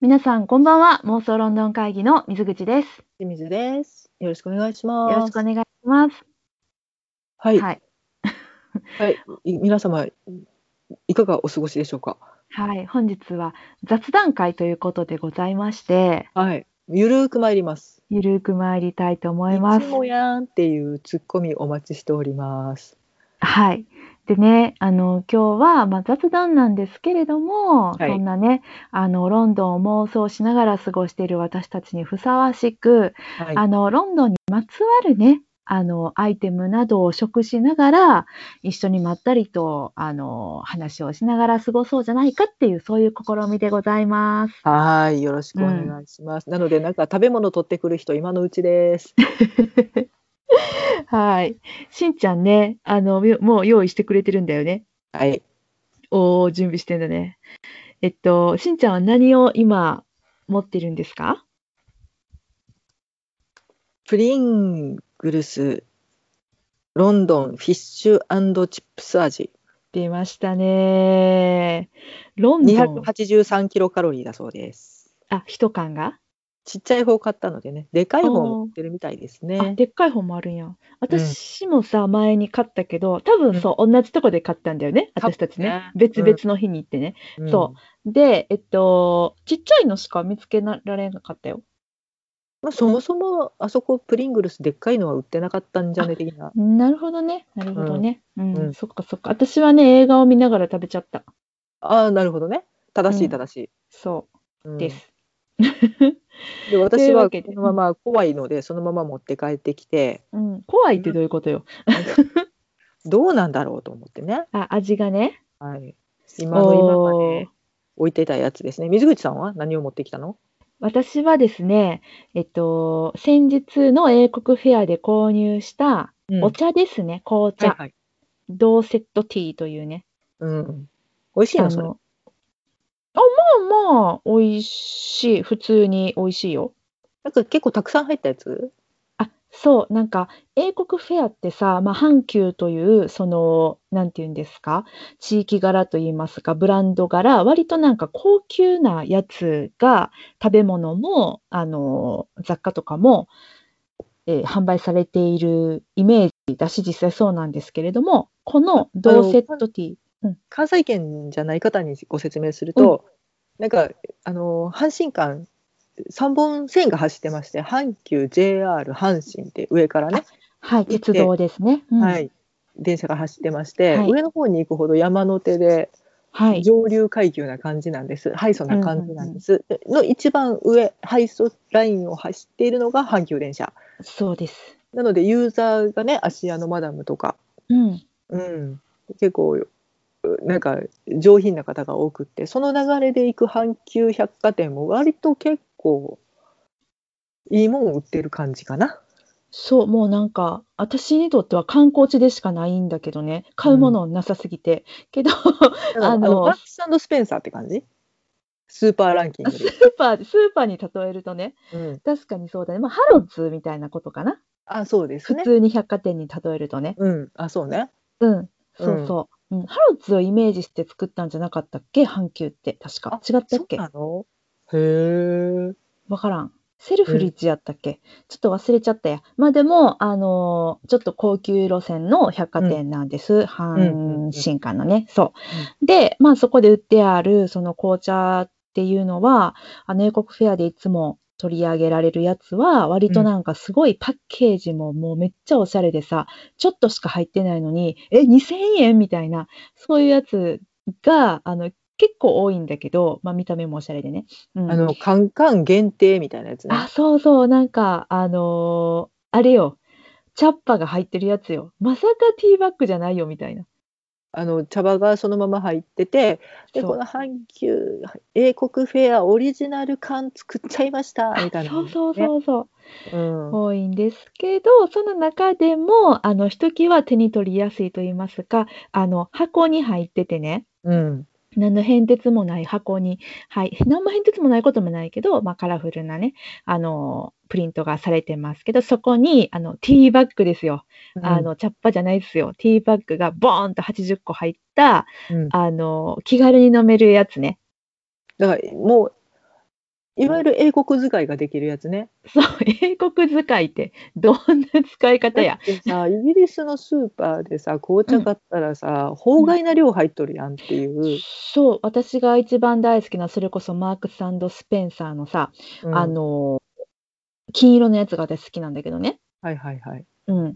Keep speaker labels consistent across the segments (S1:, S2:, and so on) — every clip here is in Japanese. S1: 皆さん、こんばんは。妄想ロンドン会議の水口です。
S2: 清水です。よろしくお願いし
S1: よ
S2: ます。
S1: ろしくお願いします。
S2: はい、
S1: はい。
S2: はい、い皆様いかがお過ごしでしょうか。
S1: はい。本日は雑談会ということでございまして、
S2: はい、ゆるーく参ります。
S1: ゆるく参りたいと思います
S2: つ。もやんっていうツッコミお待ちしております。
S1: はい。でね、あの、今日は、まあ、雑談なんですけれども、
S2: はい
S1: そんなね、あの、ロンドンを妄想しながら過ごしている私たちにふさわしく、
S2: はい、
S1: あの、ロンドンにまつわるね、あの、アイテムなどを食しながら、一緒にまったりと、あの、話をしながら過ごそうじゃないかっていう、そういう試みでございます。
S2: はーい、よろしくお願いします。なのでなんか食べ物取ってくる人今のうち です。
S1: はい。しんちゃんね、あの、みもう用意してくれてるんだよね。
S2: はい、
S1: おお、準備してんだね。えっと、しんちゃんは何を今、持ってるんですか
S2: プリングルスロンドンフィッシュチップス味
S1: 出ましたね。ロンドン、
S2: 283キロカロリーだそうです。
S1: あ、一缶が、
S2: ちっちゃい方買ったのでね、でかい方も売ってるみたいです
S1: あ、
S2: ね。
S1: でっかい方もあるんや。私もさ、前に買ったけど、多分そう、同じとこで買ったんだよね。
S2: 買っ
S1: 私たちね。
S2: ね
S1: 別々の日に行ってね。
S2: うん
S1: そで、えっと、ちっちゃいのしか見つけられなかったよ。
S2: まあ、そもそもあそこプリングルスでっかいのは売ってなかったんじゃね的な。
S1: なるほどね。なるほどね。うん、
S2: うん
S1: そっかそっか。私はね、映画を見ながら食べちゃった。
S2: ああ、なるほどね。正し
S1: うん
S2: い正しい。
S1: そ
S2: うん
S1: うです。
S2: で
S1: とい
S2: 私
S1: うわ
S2: は
S1: けで
S2: このまま怖いのでそのまま持って帰ってきて
S1: うん、怖いってどういうことよ。
S2: どうなんだろうと思ってね。
S1: あ、味がね。
S2: はい、今の今ま
S1: おー
S2: で置いてたやつですね。水口さんは何を持ってきたの
S1: 私はですね、えっと、先日の英国フェアで購入したお茶ですね、紅
S2: はい
S1: 茶、
S2: はい。
S1: ドーセットティーというね。
S2: うん。美味しい
S1: あ
S2: のそれ。
S1: の、あ、まあまあ、美味しい。普通に美味しいよ。
S2: なんか結構たくさん入ったやつ
S1: あ、そう、なんか、英国フェアってさ、まあ、阪急という、その、なんていうんですか、地域柄といいますか、ブランド柄、割となんか高級なやつが、食べ物も、あの、雑貨とかも、えー販売されているイメージだし、実際そうなんですけれども、この同セットティー、
S2: 関西圏じゃない方にご説明すると、なんかあの阪神間3本線が走ってまして阪急 JR 阪神って上からね、
S1: はい、鉄道ですね。うん
S2: はい、電車が走ってまして、
S1: はい
S2: 上の方に行くほど山手で
S1: はい。
S2: 上流階級な感じなんです敗訴な感じなんです、の一番上敗訴ラインを走っているのが阪急電車
S1: そうです。
S2: なのでユーザーがね芦屋のマダムとか、
S1: うん。
S2: うん、結構なんか上品な方が多くってその流れで行く阪急百貨店も割と結構いいもん売ってる感じかな。
S1: そう、もうなんか、私にとっては観光地でしかないんだけどね、買うものなさすぎて。け ど、スあ
S2: あ
S1: の
S2: のバックススペンサーって感じスーパーランキングで。
S1: ーパー、スーパーに例えるとね、
S2: うん、
S1: 確かにそうだね。まあ、ハロッズみたいなことかな。
S2: あそうです
S1: 普
S2: ね。
S1: 通に百貨店に例えるとね。
S2: うん、あそうね。
S1: うん、そうそう。うん、ハロッズをイメージして作ったんじゃなかったっけ阪急って、確か。違った
S2: そ
S1: っ
S2: う
S1: け
S2: なのへえ。
S1: わからん。セルフリッジやったっけ、ちょっと忘れちゃったや。まあでも、あのーちょっと高級路線の百貨店なんです。
S2: うん
S1: 阪神間のね。そう。で、まあそこで売ってある、その紅茶っていうのは、あの英国フェアでいつも取り上げられるやつは、割となんかすごいパッケージももうめっちゃおしゃれでさ、ちょっとしか入ってないのに、え、2000円みたいな、そういうやつが、あの、結構多いんだけど、まあ見た目もおしゃれでね。うん
S2: あのカンカン限定みたいなやつね。
S1: あ、そうそう、なんか、あのーあれよ、チャッパが入ってるやつよ。まさかティーバッグじゃないよ、みたいな。
S2: あの茶葉がそのまま入っててで
S1: そう
S2: この阪急英国フェアオリジナル缶作っちゃいました
S1: あ
S2: みたいな
S1: そう
S2: のね、
S1: そうそうそう、
S2: うん
S1: 多いんですけど、その中でも、あの、ひときわ手に取りやすいと言いますか、あの、箱に入っててね、
S2: うん
S1: 何の変哲もない箱に、はい、何も変哲もないこともないけど、まあ、カラフルなね、あのー、プリントがされてますけど、そこに、あの、ティーバッグですよ。あの、茶っ葉じゃないですよ。ティーバッグがボーンと80個入った、
S2: うん
S1: あの、気軽に飲めるやつね。
S2: だからもういわゆる英国使いができるやつね。
S1: そう、英国使いってどんな使い方や。
S2: だってさ、イギリスのスーパーでさ、紅茶買ったらさ、法外な量入っとるやんっていう。
S1: そう、私が一番大好きな、それこそマークススペンサーのさ、
S2: うん
S1: あ、の、金色のやつが私好きなんだけどね。
S2: はいはいはい。
S1: うん。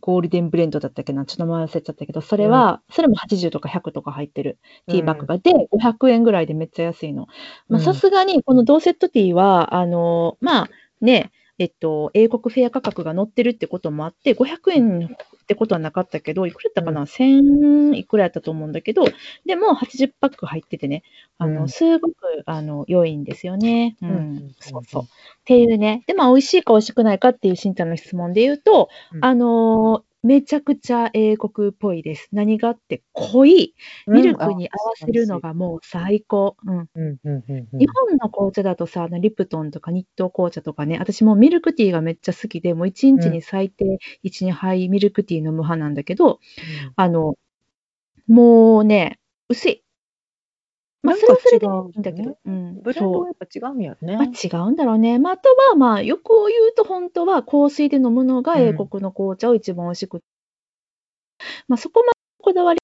S1: ゴールデンブレンドだったっけな、ちょっと前忘れちゃったけど、それは、それも80とか100とか入ってるティーバッグが、で、500円ぐらいでめっちゃ安いの。まあ、
S2: うん
S1: さすがに、この同セットティーは、あの、まあ、ね、えっと、英国フェア価格が載ってるってこともあって、500円ってことはなかったけど、いくらやったかな、1000いくらやったと思うんだけど、でも80パック入っててね、あの、
S2: うん
S1: すごく、あの、良いんですよね。うん。
S2: うん
S1: そうそう。っていうね。で、まあ、美味しいか美味しくないかっていう新太の質問で言うと、
S2: うん
S1: あのーめちゃくちゃ英国っぽいです。何があって濃い。ミルクに合わせるのがもう最高。うん。
S2: うんうんうんうん
S1: 日本の紅茶だとさ、あのリプトンとか日東紅茶とかね、私もミルクティーがめっちゃ好きで、もう1日に最低1、2杯ミルクティー飲む派なんだけど、あの、もうね、薄い。まあ、
S2: なん
S1: そ
S2: か
S1: れはそれでいいんだけ
S2: 違う
S1: ど、うん
S2: ブランド
S1: そう
S2: はやっぱ違うんや
S1: まあ、
S2: ね。
S1: 違うんだろうね。まあ、あとは、まあ、よく言うと、本当は香水で飲むのが
S2: うん
S1: 英国の紅茶を一番美味しく、まあ、そこまでこだわり、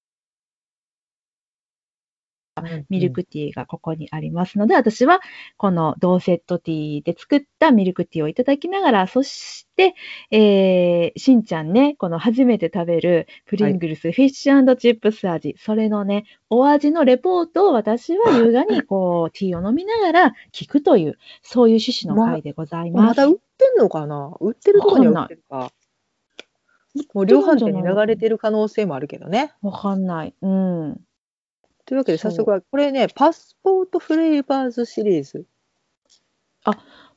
S1: ミルクティーがここにありますので、私はこのドーセットティーで作ったミルクティーをいただきながら、そして、えー、しんちゃんね、この初めて食べるプリングルス、フィッシュチップス味、それのね、お味のレポートを私は優雅にこう、ティーを飲みながら聞くという、そういう趣旨の回でござい
S2: ま
S1: ます。
S2: だ売ってんのかな売ってるとこには売ってるか。もう量販店に流れてる可能性もあるけどね。
S1: わかんない。うん。
S2: というわけで
S1: そう
S2: 早速はこれねパスポートフレーバーズシリーズ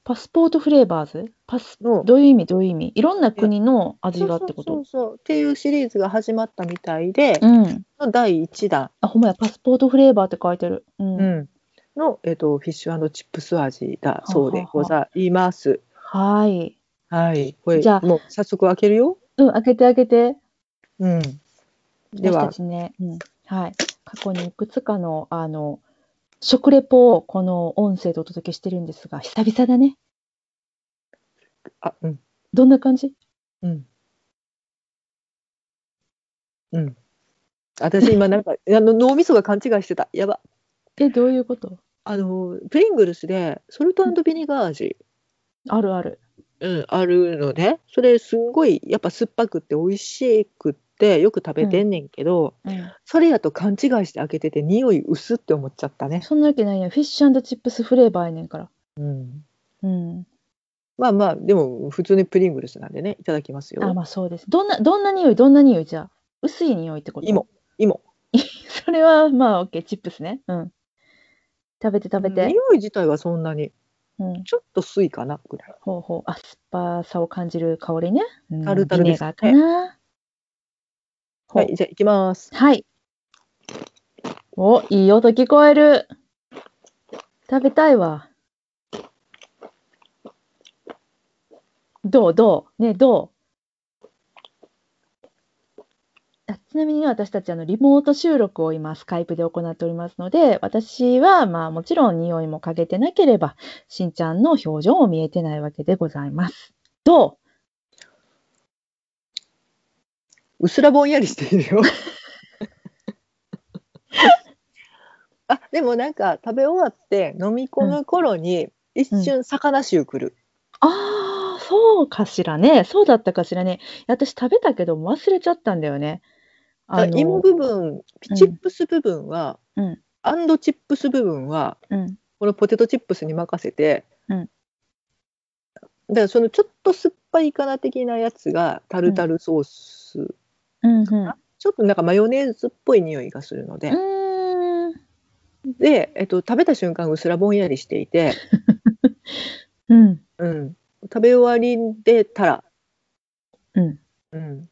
S1: パスポートフレーバーズパス、
S2: の
S1: どういう意味どういう意味いろんな国の味がってこ
S2: そ
S1: と
S2: うそうそうそうっていうシリーズが始まったみたいで、
S1: うん。
S2: の第1弾、
S1: あ、ほんまや、パスポートフレーバーって書いてる。うん。
S2: の、えっとフィッシュチップス味だそうでございます。
S1: はい。
S2: はい、これ
S1: じゃあ
S2: もう早速開けるよ。
S1: うん、開けて開けて。
S2: うん、では
S1: 私たちね、うん、はい。過去にいくつかの、あの、食レポをこの音声でお届けしてるんですが、久々だね。
S2: あ、うん、
S1: どんな感じ
S2: うん、うん。私今なんかあの脳みそが勘違いしてた。やば。
S1: え、どういうこと
S2: あのプリングルスでソルトビネガー味。
S1: あるある。
S2: うん、あるのでそれすんごいやっぱ酸っぱくて美味しくってよく食べてんねんけど、
S1: うん、
S2: それやと勘違いして開けてて匂い薄って思っちゃったね、
S1: そんなわけないやん。フィッシュチップスフレーバーやねんから。
S2: うん、
S1: うん。
S2: まあまあでも普通にプリングルスなんでねいただきます
S1: あ、
S2: よ
S1: まあそうです。どんな、どんな匂いどんな匂いじゃあ薄い匂いってこと
S2: 芋芋
S1: それはまあ OK チップスねうん食べて食べて、
S2: 匂い自体はそんなに
S1: うん、
S2: ちょっと酸いかなぐらい
S1: ほうほうあ酸っぱさを感じる香りね、うん、
S2: タルタル
S1: ビ
S2: で
S1: ネ
S2: す
S1: ガ
S2: ね
S1: ーかなほう
S2: はいじゃあいきます
S1: はいおいい音聞こえる食べたいわどうどうねどうあちなみにね私たちあのリモート収録を今スカイプで行っておりますので私はまあもちろん匂いも嗅げてなければしんちゃんの表情も見えてないわけでございますど
S2: うすらぼんやりしている よあでもなんか食べ終わって飲み込む頃に一瞬魚臭くる、
S1: うああそうかしらねそうだったかしらね私食べたけど忘れちゃったんだよね
S2: だから芋部分
S1: うん
S2: チップス部分は、
S1: うん
S2: アンドチップス部分は
S1: うん
S2: このポテトチップスに任せて、
S1: うん
S2: だからそのちょっと酸っぱいかな的なやつがタルタルソース、
S1: うんうん
S2: ちょっとなんかマヨネーズっぽい匂いがするので、
S1: うーん
S2: で、えっと、食べた瞬間うすらぼんやりしていて、
S1: うん
S2: うん、食べ終わりでたら、
S1: うん
S2: うん、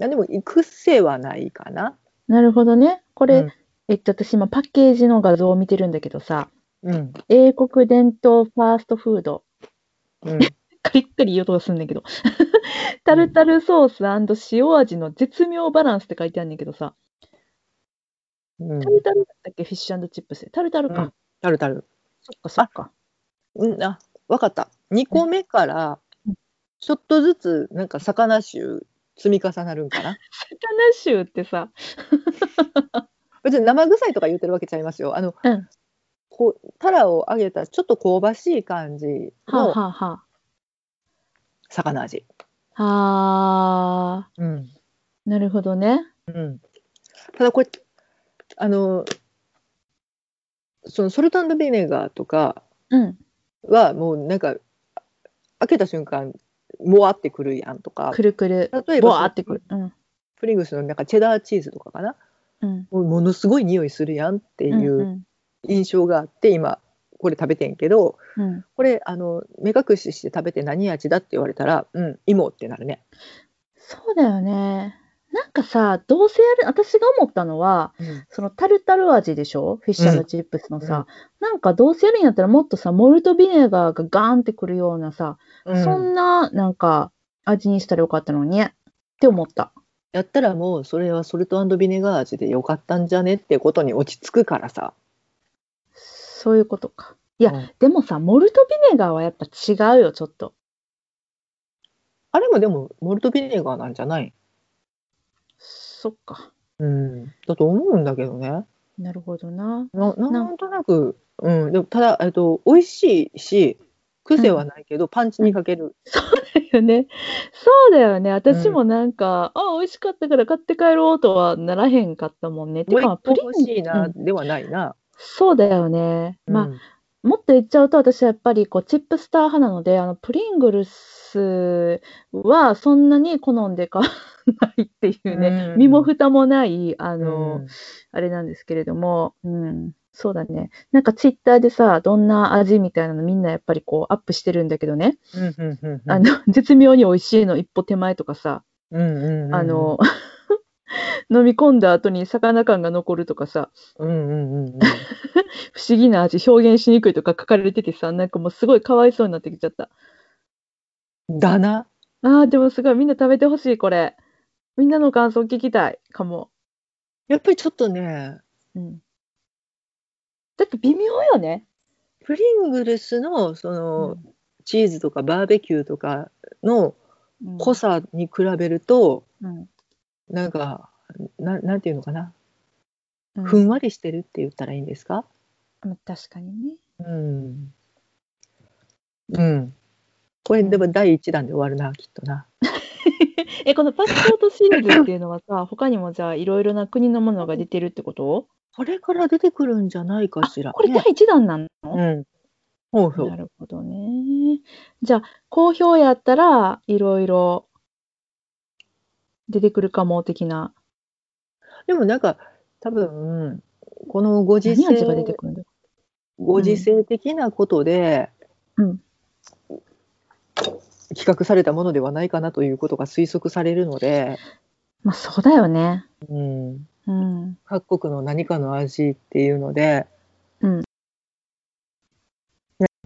S2: あでも癖はないかな。
S1: なるほどねこ
S2: こ
S1: れ、えっと私今パッケージの画像を見てるんだけどさ
S2: うんうん
S1: 英国伝統ファーストフード
S2: うん
S1: カリッカリ言おうとするんだけど タルタルソース塩味の絶妙バランスって書いてあるんだけどさ
S2: うん
S1: タルタルだったっけフィッシュチップスタルタルか、
S2: うんタルタル
S1: そっかそっか
S2: うん、あ、わかった。2個目から、ちょっとずつ、なんか魚臭積み重なるんかな。
S1: 魚臭ってさ、
S2: 別に生臭いとか言ってるわけちゃいますよ。あの、
S1: うん
S2: こう、タラを揚げたちょっと香ばしい感じ
S1: はあ、
S2: の
S1: はあは
S2: 魚味。
S1: あ、はあ、
S2: うん。
S1: なるほどね。
S2: うん。ただこれ、あの、そのソルトビネガーとか
S1: うん、
S2: はもうなんか、開けた瞬間、もわってくるやんとか、
S1: くるくる、
S2: 例え
S1: ぼ
S2: ば
S1: わってくる。うん、
S2: プリングスのなんかチェダーチーズとかかな、
S1: うん、
S2: もうものすごい匂いするやんって
S1: うん、
S2: いう印象があって今これ食べてんけど
S1: うんうん。
S2: これあの目隠しして食べて何味だって言われたらうん芋ってなるね。
S1: そうだよね。なんかさ、どうせやる、私が思ったのは、そのタルタル味でしょフィッシャーのチップスのさ、なんかどうせやるんやったらもっとさ、モルトビネガーがガーンってくるようなさ、
S2: うん
S1: そんな、なんか、味にしたらよかったのにね、って思った。
S2: やったらもうそれはソルトビネガー味でよかったんじゃねってことに落ち着くからさ。
S1: そういうことか。いや、
S2: うん
S1: でもさ、モルトビネガーはやっぱ違うよ、ちょっと。
S2: あれもでもモルトビネガーなんじゃない、
S1: そっか。
S2: うん、だと思うんだけどね。
S1: なるほどな。
S2: ななんとなく、うん、でもただ、えっと、美味しいし癖はないけど、パンチにかける。
S1: だ よね。そうだよね。私もなんか、あ、美味しかったから買って帰ろうとはならへんかったもんね。て
S2: もう
S1: か、
S2: 一
S1: プ
S2: 個
S1: リ
S2: 欲
S1: ン、
S2: しいな
S1: うん
S2: ではないな。
S1: そうだよね。まあ、
S2: うん
S1: もっと言っちゃうと、私はやっぱりこうチップスター派なので、あのプリングルスはそんなに好んで買わないっていうね、
S2: うん
S1: 身も蓋もない、あ
S2: あ
S1: の、あれなんですけれども、うん、そうだね。なんかツイッターでさ、どんな味みたいなのみんなやっぱりこうアップしてるんだけどね、
S2: うんうんうんうん
S1: あの、絶妙に美味しいの一歩手前とかさ、
S2: うんうんうん
S1: あの、 飲み込んだ後に魚感が残るとかさ、
S2: うんうんうんうん
S1: 不思議な味表現しにくいとか書かれててさ、なんかもうすごいかわいそうになってきちゃった。
S2: だな
S1: あーでもすごいみんな食べてほしいこれみんなの感想聞きたいかも、
S2: やっぱりちょっとね
S1: うん、だって微妙よね、
S2: プリングルスのその、チーズとかバーベキューとかの
S1: うん
S2: 濃さに比べると、
S1: うん
S2: なんかななんていうのかな、
S1: うん
S2: ふんわりしてるって言ったらいいんですか
S1: まあ確かにね
S2: うんうんこれでも第一弾で終わるなきっとな
S1: えこのパスポートシリーズっていうのはさ他にもじゃあいろいろな国のものが出てるってこと
S2: これから出てくるんじゃない か
S1: あ
S2: しら、
S1: これ第
S2: ね
S1: 1弾なの、
S2: うんそうそ
S1: な
S2: う
S1: るほどねじゃあ好評やったらいろいろ出てくるかも的な
S2: でもなんか多分このご時
S1: 何
S2: 世
S1: 味が出てくるんだ
S2: ご時世的なことで、
S1: うん
S2: 企画されたものではないかなということが推測されるので、
S1: まあそうだよね
S2: うん、
S1: うん
S2: 各国の何かの味っていうので、
S1: うん
S2: ね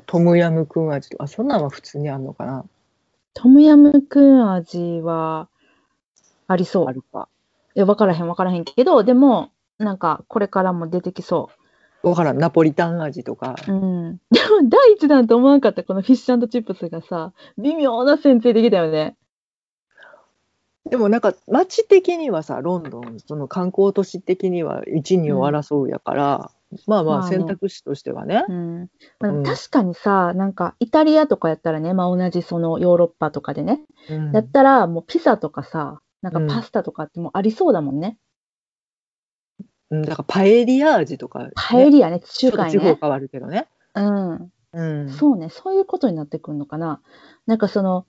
S2: トムヤムクン味とかそんなんは普通にあるのかな
S1: トムヤムクン味はありそう。
S2: あ
S1: い
S2: るか
S1: や、わからへんわからへんけど、でも、なんか、これからも出てきそ
S2: わからんナポリタン味とか、
S1: う。うん。でも、第一弾と思わんかった、このフィッシュチップスがさ、微妙な先生的だよね。
S2: でもなんか街的にはさロンドンその観光都市的には一二を争うやから、まあ
S1: ま
S2: まあ
S1: あね
S2: 選択肢としてはね、
S1: うん。まあ、でも
S2: うん
S1: 確かにさ、なんか、イタリアとかやったらね、まあ、同じそのヨーロッパとかでね、
S2: うん
S1: やったら、もうピザとかさ、なんか
S2: うん
S1: パスタとかってもうありそうだもんね。
S2: うんだからパエリア味とか、ね、
S1: パエリアね、中華
S2: ちょっと地方
S1: ね。
S2: 変わるけどね。
S1: うん。
S2: うん
S1: そうね、そういうことになってくるのかな。なんかその、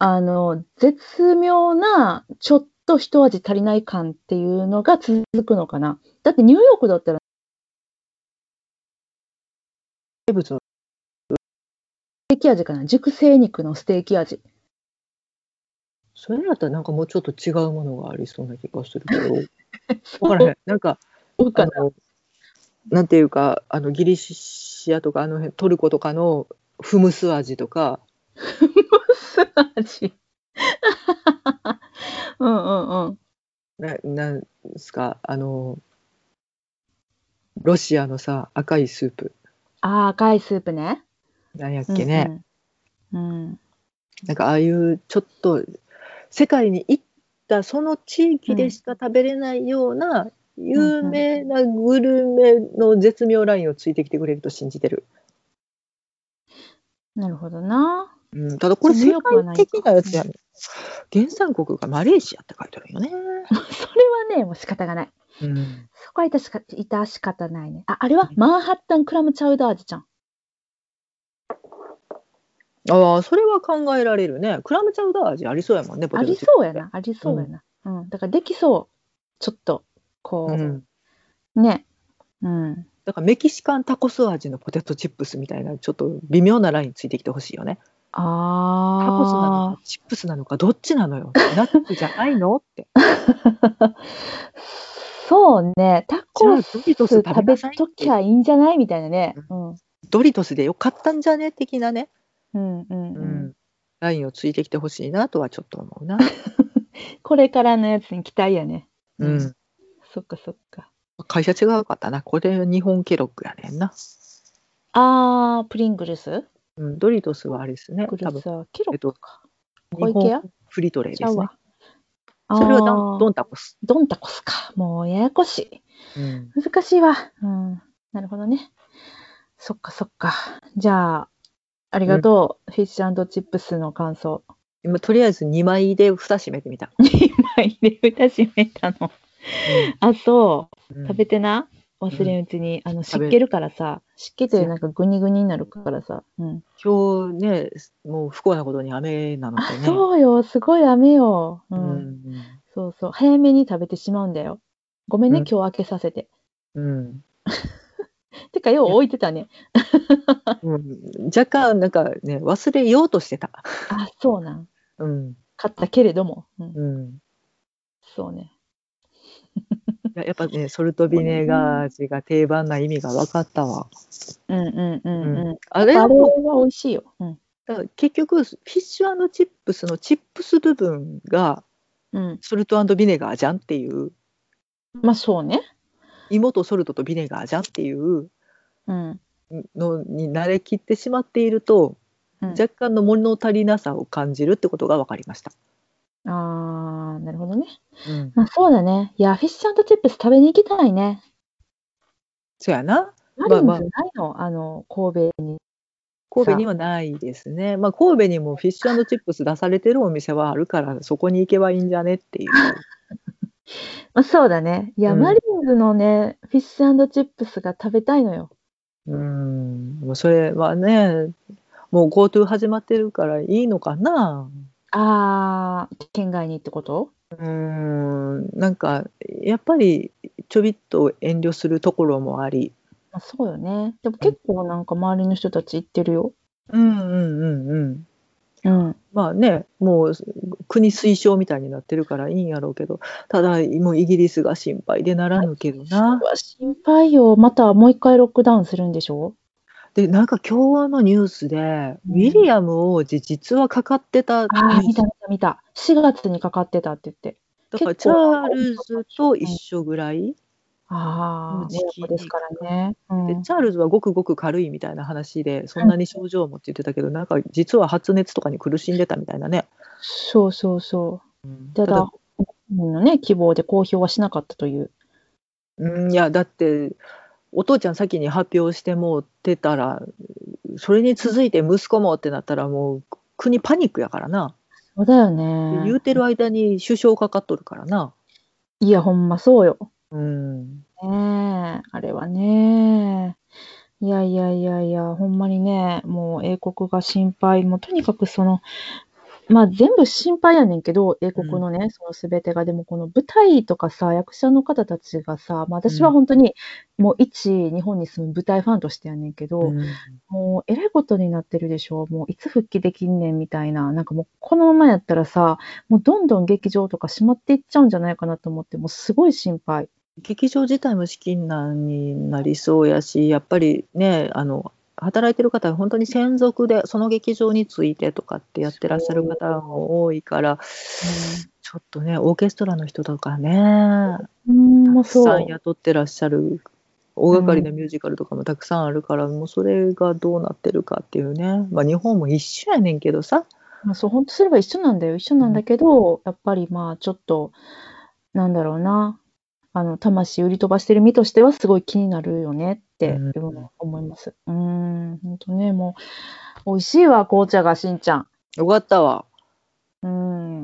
S1: あの、絶妙な、ちょっと一味足りない感っていうのが続くのかな。だってニューヨークだったら
S2: 名物の
S1: ステーキ味かな。熟成肉のステーキ味。
S2: それだったらなんかもうちょっと違うものがありそうな気がする けど。わからへん。なんか、
S1: そう
S2: あ
S1: かな。
S2: の、なんていうか、あのギリシアとかあの辺、トルコとかのフムス味とか、
S1: ス味。 うんうんうん。
S2: ななんですか、あの、ロシアのさ、赤いスープ。
S1: ああ、赤いスープね。
S2: なんやっけね、
S1: うんうん。うん
S2: なんかああいうちょっと世界に行ったその地域でしか食べれないような有名なグルメの絶妙ラインをついてきてくれると信じてる、
S1: なるほどな。
S2: うん、ただこれ世界的なやつやね原産国がマレーシアって書いてあるよね、
S1: それはね、もう仕方がない。
S2: うん、
S1: そこは致しか致し方ないね。あ、あれはマンハッタンクラムチャウダー味じゃん。
S2: ああそれは考えられるねクラムチャウダー味ありそうやもんねポ
S1: あ
S2: テト
S1: り
S2: チップ
S1: そうやな、ありそうやな。うん。だからできそう。ちょっと、こ
S2: う
S1: う、
S2: ん、
S1: ね。うん。
S2: だからメキシカンタコス味のポテトチップスみたいなちょっと微妙なラインついてきてほしいよねタコスなの
S1: あ
S2: かチップスなのかどっちな のよナッツじゃないのって
S1: あ。そうね。タコス
S2: じゃあドリトス食
S1: 食
S2: べ
S1: べ
S2: なさいって
S1: ときゃいいんじゃないみたいなね。うん。
S2: ドリトスでよかったんじゃね的なね、
S1: うんうんうん。
S2: ラインをついてきてほしいなとはちょっと思うな、
S1: これからのやつに期待やね。
S2: うん、
S1: そっかそっか。
S2: 会社違うかったなこれ日本ケロッグやねんな、
S1: あー、プリングルス
S2: うん、ドリトスはあれですね
S1: グ
S2: 多
S1: ル
S2: 分
S1: スはケロ
S2: え
S1: ッ
S2: っと
S1: グか。小
S2: 日
S1: 池屋
S2: 本フリトレイ
S1: ち
S2: で
S1: ゃ
S2: す
S1: う
S2: ね
S1: わ。
S2: それは
S1: あ
S2: ド
S1: ー
S2: ンドンタコス、
S1: ドンタコスか。もうややこしい。
S2: うん、
S1: 難しいわ。うん。なるほどね。そっかそっか。じゃあ、ありがとう。フィッシュチップスの感想。
S2: 今とりあえず2枚で蓋閉めてみた、
S1: はい、で、歌閉めたの。あ、そう。
S2: うん
S1: 食べてな。忘れんうちに。あの、
S2: 食べ
S1: 湿気るからさ。湿気てなんかグニグニになるからさ。うん。
S2: 今日ねもう不幸なことに雨なの
S1: あ
S2: でね、
S1: そうよ。すごい雨よ。う。
S2: うんん
S1: そうそう。早めに食べてしまうんだよ。ごめんね、
S2: うん
S1: 今日開けさせて。
S2: うん、
S1: てか、よう置いてたね。
S2: うん、若干なんかね忘れようとしてた。
S1: あ、そうなん。
S2: うん
S1: 買ったけれども。うん。
S2: うん、
S1: そうね。
S2: ややっぱ ねソルトビネガー味が定番な意味が分かったわ。
S1: うんうんうんうん。
S2: あれ
S1: あ
S2: は
S1: れ
S2: も
S1: は美味しいよ。うん。
S2: うだから結局フィッシュチップスのチップス部分が
S1: うん。
S2: ソルトビネガーじゃんっていう
S1: まあそうね。
S2: 芋とソルトとビネガーじゃんっていう
S1: うん。
S2: のに慣れきってしまっていると、
S1: うん
S2: 若干の物足りなさを感じるってことが分かりました。
S1: ああ、なるほどね。
S2: うん、
S1: まあそうだね。いや、フィッシュチップス食べに行きたいね。
S2: そやな
S1: マリンズ
S2: まあ
S1: ないの、あ、の、神戸に。
S2: 神戸にはないですね。まあ、神戸にもフィッシュチップス出されてるお店はあるから、そこに行けばいいんじゃねっていう。
S1: まあそうだね。いや、
S2: うん
S1: マリンズのね、フィッシュチップスが食べたいのよ。
S2: うん、もうそれはね、もう GoTo 始まってるからいいのかな。
S1: ああ、県外にってこと
S2: うん、なんか、やっぱりちょびっと遠慮するところもあり。
S1: まあそうよね。でも結構なんか周りの人たち行ってるよ。
S2: うんうんうんうん。
S1: うん。
S2: まあね、もう国推奨みたいになってるからいいんやろうけど、ただ、もうイギリスが心配でならぬけどな。
S1: うわ心配よ。またもう一回ロックダウンするんでしょ
S2: でなんか今日のニュースで、
S1: うん
S2: ウィリアム王子実はかかってたニュ
S1: ああ、
S2: ー
S1: 見
S2: ス
S1: た見た見た。4月にかかってたって言って。
S2: だから
S1: 結
S2: チ
S1: 構
S2: ャールズと一緒ぐらい、
S1: あ
S2: の
S1: あ、
S2: 時期
S1: 親子ですからね。うん
S2: でチャールズはごくごく軽いみたいな話でそんなに症状もって言ってたけどなんか実は発熱とかに苦しんでたみたいなね。
S1: そうそうそう。ただ、本人のね、希望で公表はしなかったという。
S2: うんいやだってお父ちゃん先に発表してもうてたらそれに続いて息子もってなったらもう国パニックやからな、
S1: そうだよ
S2: で言
S1: ね
S2: う。てる間に首相かかっとるからな。
S1: いや、ほんまそうよ。
S2: うん
S1: ねえ、あれはね。いやいやいやいや、ほんまにね、もう英国が心配、もうとにかくその、まあ全部心配やねんけど、英国のね、その全てが、でもこの舞台とかさ、役者の方たちがさ、まあ私は本当に、もう一、日本に住む舞台ファンとしてやねんけど、
S2: うん
S1: もうえらいことになってるでしょ。もういつ復帰できんねんみたいな。なんかもうこのままやったらさ、もうどんどん劇場とか閉まっていっちゃうんじゃないかなと思って、もうすごい心配。
S2: 劇場自体も資金難になりそうやしやっぱりねあの働いてる方は本当に専属でその劇場についてとかってやってらっしゃる方も多いからちょっとねオーケストラの人とかね
S1: うん、も
S2: た
S1: う
S2: くさ
S1: そ
S2: ん
S1: う。
S2: 雇ってらっしゃる大掛かりなミュージカルとかもたくさんあるから、もうそれがどうなってるかっていうね、まあ、日本も一緒やねんけどさ、
S1: まあ、そう、本当すれば一緒なんだよ。一緒なんだけど、やっぱりまあ、ちょっと、なんだろうな。あの、魂売り飛ばしてる身としては、すごい気になるよねって、
S2: うん
S1: 思います。うーん、本当ね、もう、美味しいわ、紅茶が、しんちゃ
S2: よかったわ。
S1: ん。う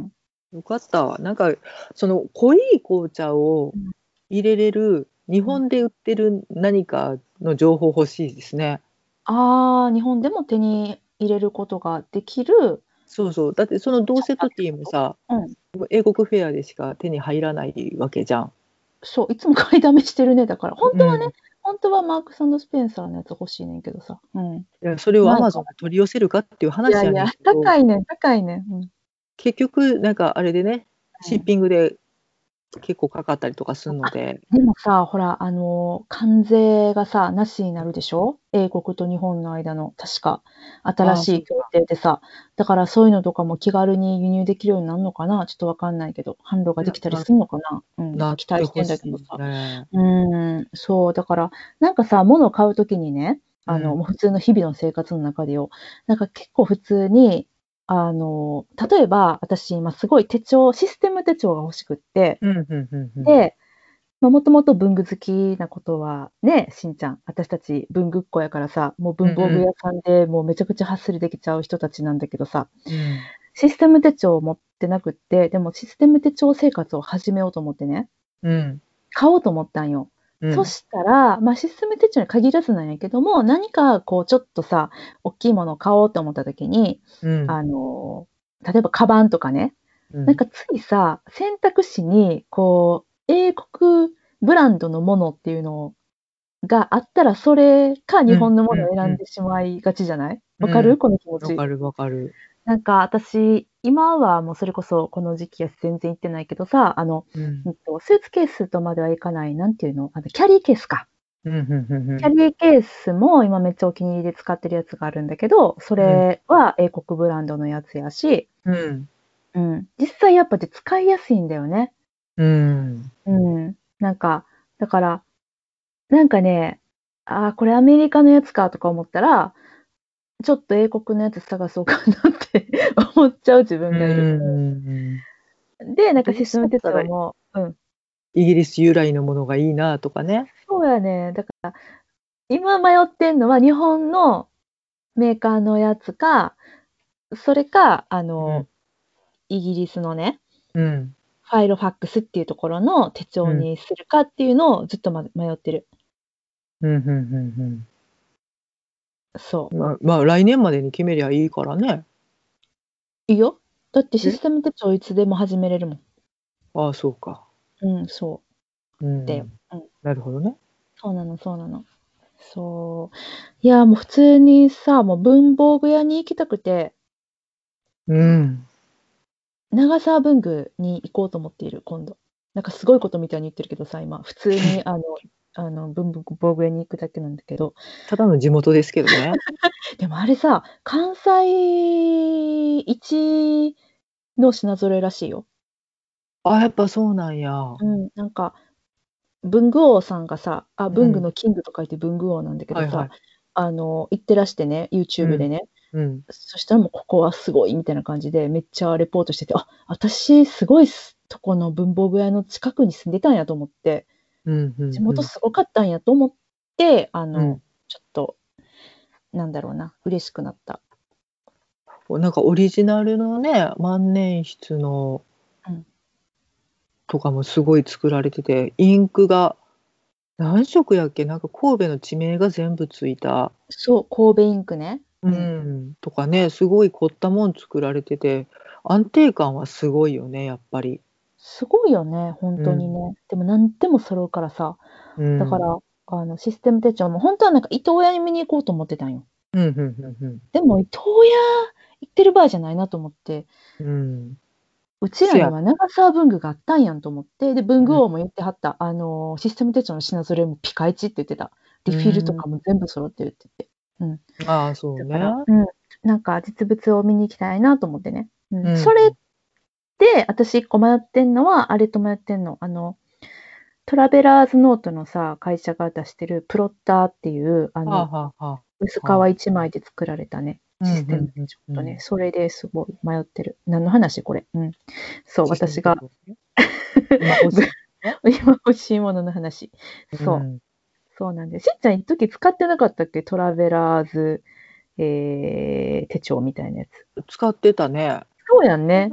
S1: ん。
S2: よかったわ。なんか、その濃い紅茶を
S1: うん
S2: 入れれる、日本で売ってる何かの情報欲しいですね。
S1: ああ、日本でも手に入れることができる。
S2: そうそう。だってそのドーセットティーもさ、
S1: うん
S2: 英国フェアでしか手に入らないわけじゃん。
S1: そう、いつも買いだめしてるね。だから、本当はね、
S2: うん
S1: 本当はマークススペンサーのやつ欲しいねんけどさ。うん。
S2: いやそれをアマゾンで取り寄せるかっていう
S1: い
S2: 話
S1: や
S2: やね
S1: い
S2: ん
S1: や、
S2: けど
S1: 高いねん、高いねん。うん
S2: 結局なんかあれでねシッピングで結構かかったりとかするので、
S1: でもさ、ほら、あのー、関税がさ、なしになるでしょ英国と日本の間の、確か、新しい協定でさ、だからそういうのとかも気軽に輸入できるようになるのかなちょっとわかんないけど、販路ができたりするのかなうん、
S2: な
S1: 期待してんだけどさ。
S2: ね
S1: うん、そう、だから、なんかさ、物を買うときにね、あの、
S2: うん
S1: もう普通の日々の生活の中でよ、なんか結構普通に、あの、例えば、私今すごい手帳、システム手帳が欲しくって、
S2: うんうんうんうん
S1: で、まあ、もともと文具好きなことはね、しんちゃん、私たち文具っ子やからさ、もう文房具屋さんでもうめちゃくちゃハッスルできちゃう人たちなんだけどさ、
S2: うん
S1: システム手帳を持ってなくって、でもシステム手帳生活を始めようと思ってね、
S2: うん
S1: 買おうと思ったんよ。
S2: うん
S1: そしたら、まあ、システム手帳に限らずなんやけども、何かこうちょっとさ、大きいものを買おうと思った時に、
S2: うん
S1: あの、例えばカバンとかね、なんかついさ、選択肢に、こう、英国ブランドのものっていうのがあったら、それか日本のものを選んでしまいがちじゃないわか
S2: う
S1: る
S2: ん
S1: この気持
S2: わ
S1: ち。
S2: かるわかる
S1: なんか私、今はもうそれこそこの時期は全然行ってないけどさ、あの、
S2: うん
S1: うんとスーツケースとまではいかない、なんていうのあのキャリーケースか。
S2: うんうんうんうん
S1: キャリーケースも今めっちゃお気に入りで使ってるやつがあるんだけど、それは英国ブランドのやつやし、
S2: うん
S1: うん、実際やっぱで使いやすいんだよね。
S2: うん
S1: うん。なんか、だから、なんかね、ああ、これアメリカのやつかとか思ったら、ちょっと英国のやつ探そうかなって 思っちゃう自分がいる。
S2: うん
S1: で、なんか
S2: どう
S1: システム手
S2: した
S1: 帳
S2: らいい
S1: も、うん、
S2: イギリス由来のものがいいなとかね
S1: そうやね。だから、今迷ってんのは日本のメーカーのやつか、それか、あの、イギリスのね、
S2: うん
S1: ファイロファックスっていうところの手帳にするかっていうのをずっとま迷ってる。
S2: うんうんうん
S1: そう
S2: うん。まあまあ来年までに決めりゃいいからね
S1: いいよ。だってシステム手帳いつでも始めれるもん。
S2: ああそうか
S1: うん、そう。
S2: うん
S1: だようん
S2: なるほどね
S1: そうなの、そうなの。そう。いや、もう普通にさ、もう文房具屋に行きたくて、
S2: うん
S1: 長沢文具に行こうと思っている、今度。なんかすごいことみたいに言ってるけどさ、今。普通 に、あの、あの文房具屋に行くだけなんだけど。
S2: ただの地元ですけど ね
S1: でもあれさ、関西一の品揃えらしいよ。
S2: あ、やっぱそうなんや。
S1: うん、なんか、文具王さんがさ、あ、文具
S2: う
S1: のキングと書いて文具王なんだけど
S2: は
S1: さ、
S2: いはい。
S1: あの、行ってらしてね、YouTube でね、
S2: うん。
S1: そしたらもうここはすごいみたいな感じで、めっちゃレポートしてて、あ、私、すごいすとこの文房具屋の近くに住んでたんやと思って、
S2: うんうん。
S1: 地元すごかったんやと思って、あの、
S2: うん
S1: ちょっと、なんだろうな、嬉しくなった。
S2: なんかオリジナルのね、万年筆の
S1: うん
S2: とかもすごい作られてて、インクが何色やっけなんか神戸の地名が全部ついた。
S1: そう、神戸インクね。
S2: うんん。とかね、すごい凝ったもん作られてて、安定感はすごいよね、やっぱり。
S1: すごいよね、本当にね。でも、なんでも揃うからさ、
S2: うん
S1: だから、あのシステム手帳も本当はなんか伊藤屋に見に行こうと思ってたんよ。
S2: うんうんうん
S1: でも伊藤屋行ってる場合じゃないなと思って、
S2: うん。うん。
S1: うちらには長沢文具があったんやんと思って、で、文具王も言ってはった、あのー、システム手帳の品揃えもピカイチって言ってた。リフィルとかも全部揃ってるって言って。
S2: ああ、そう
S1: だ
S2: ね
S1: か。ら、うん、なんか実物を見に行きたいなと思ってね。うん
S2: うん
S1: それで、私一個迷ってんのは、あれと迷ってんの、あの、トラベラーズノートのさ、会社が出してるプロッターっていう、あの、
S2: はあはあは
S1: 薄皮一枚で作られたね、
S2: あ。
S1: システム
S2: うんうんうん
S1: ちょっとね、それですごい迷ってる。何の話これ。うん。そう、私が。
S2: 今欲しい
S1: 今欲しいものの話。 そう、
S2: ん
S1: そうなんです。しんちゃん、一時使ってなかったっけトラベラーズ、えー、手帳みたいなやつ。
S2: 使ってたね。
S1: そうやんね。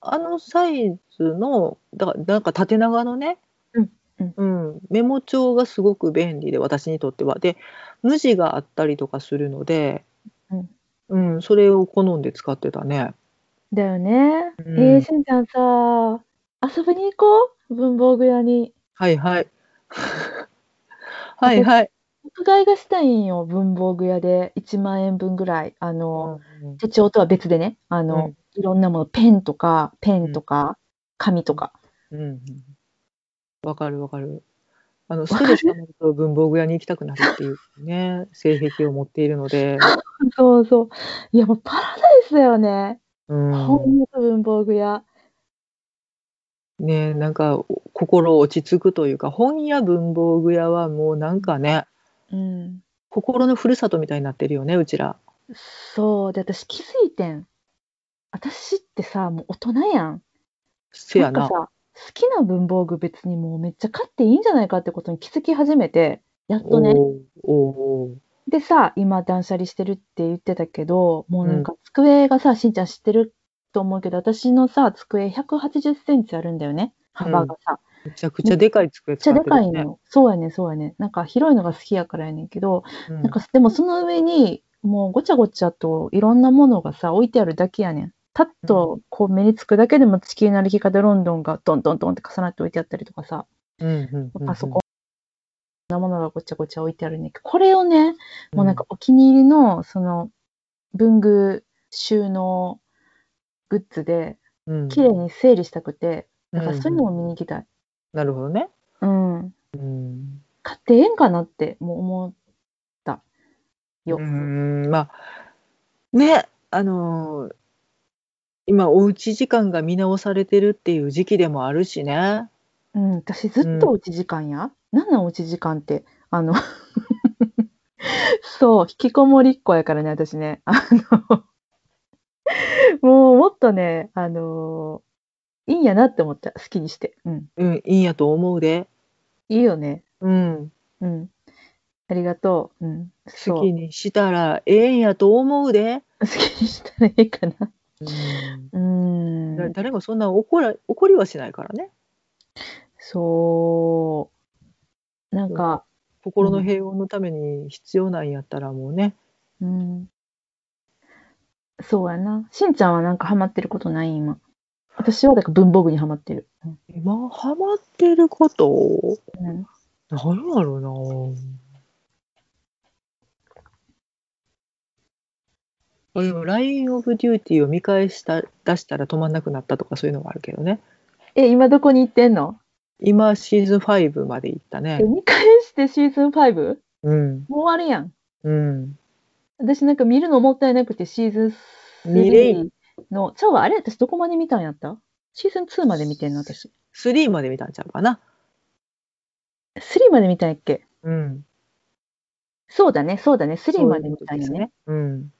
S2: あのサイズのだからなんか縦長のね、
S1: うんうん
S2: うんメモ帳がすごく便利で私にとってはで無地があったりとかするので、うんそれを好んで使ってたね。
S1: だよね。
S2: うん
S1: えー、しんちゃんさ、遊びに行こう。文房具屋に。
S2: はいはいはいはい。
S1: 爆買いがしたいんよ、文房具屋で。1万円分ぐらい。あの、手帳とは別でね。あの、いろんなもの、ペンとか、ペンとか、紙とか。
S2: うんうんわかるわかる。あの
S1: か
S2: ス
S1: る
S2: トレスがなると文房具屋に行きたくなるっていうね 性癖を持っているので、
S1: そうそう。いや、もうパラダイスだよね。
S2: うん、
S1: 本物文房具屋。
S2: ねえなんかお心落ち着くというか本屋文房具屋はもうなんかね
S1: うん。
S2: 心のふるさとみたいになってるよねうちら
S1: そう。で、私気づいてん。私ってさ、もう大人やん。
S2: せや
S1: な
S2: なん
S1: かさ、好きな文房具別にもうめっちゃ買っていいんじゃないかってことに気づき始めて、やっとね。
S2: おうおう
S1: でさ、今断捨離してるって言ってたけど、もうなんか机がさ、しんちゃん知ってると思うけど、私のさ、机180センチあるんだよね。幅がさ。
S2: めちゃくちゃでかい机
S1: めっち
S2: 使
S1: ゃ
S2: っ
S1: で
S2: てる
S1: かいの
S2: よね、
S1: よ。そうやね、そうやね。なんか広いのが好きやからやねんけど、
S2: うん
S1: なんかでもその上にもうごちゃごちゃといろんなものがさ置いてあるだけやねん。パッとこう目につくだけでも地球の歩き方ロンドンがドンドンドンって重なって置いてあったりとかさ、
S2: うんうんうん
S1: パソコンなものがごちゃごちゃ置いてあるねんけど、これをね、もうなんかお気に入りのその文具収納グッズで
S2: うん
S1: 綺麗に整理したくて、だからそういうの
S2: ん
S1: も見に行きたい。
S2: なるほどね、
S1: うん。
S2: うん、
S1: 買ってええんかなってもう思ったよ。
S2: うんまあねあのー今おうち時間が見直されてるっていう時期でもあるしね
S1: うん、私ずっとおうち時間や。なんなんおうち時間って。あの、そう、引きこもりっ子やからね、私ね。あの、もうもっとね、あの、いいんやなって思った、好きにして。うん。
S2: うんいいんやと思うで
S1: いいよね。
S2: うん
S1: うん。ありがとう。うん。そう
S2: 好きにしたらええんやと思うで、
S1: 好きにしたらいいかな。う
S2: だ
S1: ん。
S2: 誰もそんな怒ら怒りはしないからね
S1: そう。なんか、
S2: 心の平穏のために必要なんやったらもうね、
S1: うん。そうやな。しんちゃんはなんかハマってることない今。私はだから文房具にハマってる。うん
S2: 今ハマってること
S1: うん、
S2: 何やろうなあでも「ライン・オブ・デューティー」を見返した出したら止まんなくなったとかそういうのもあるけどね
S1: え、今どこに行ってんの、
S2: 今シーズン5まで行ったね
S1: え、見返してシーズン 5? もう
S2: うん
S1: 終わるやん。
S2: うん
S1: 私なんか見るのもったいなくてシーズン
S2: 見れん
S1: 3の、ちゃうわ、あれ私どこまで見たんやったシーズン2まで見てんの私。
S2: 3まで見たんちゃうかな
S1: 3まで見たんやっけ
S2: うん
S1: そうだね、そうだね、
S2: そ
S1: 3
S2: う
S1: ま
S2: い
S1: で
S2: う
S1: 見
S2: こと
S1: たん
S2: で
S1: や
S2: す
S1: ね。
S2: ねうん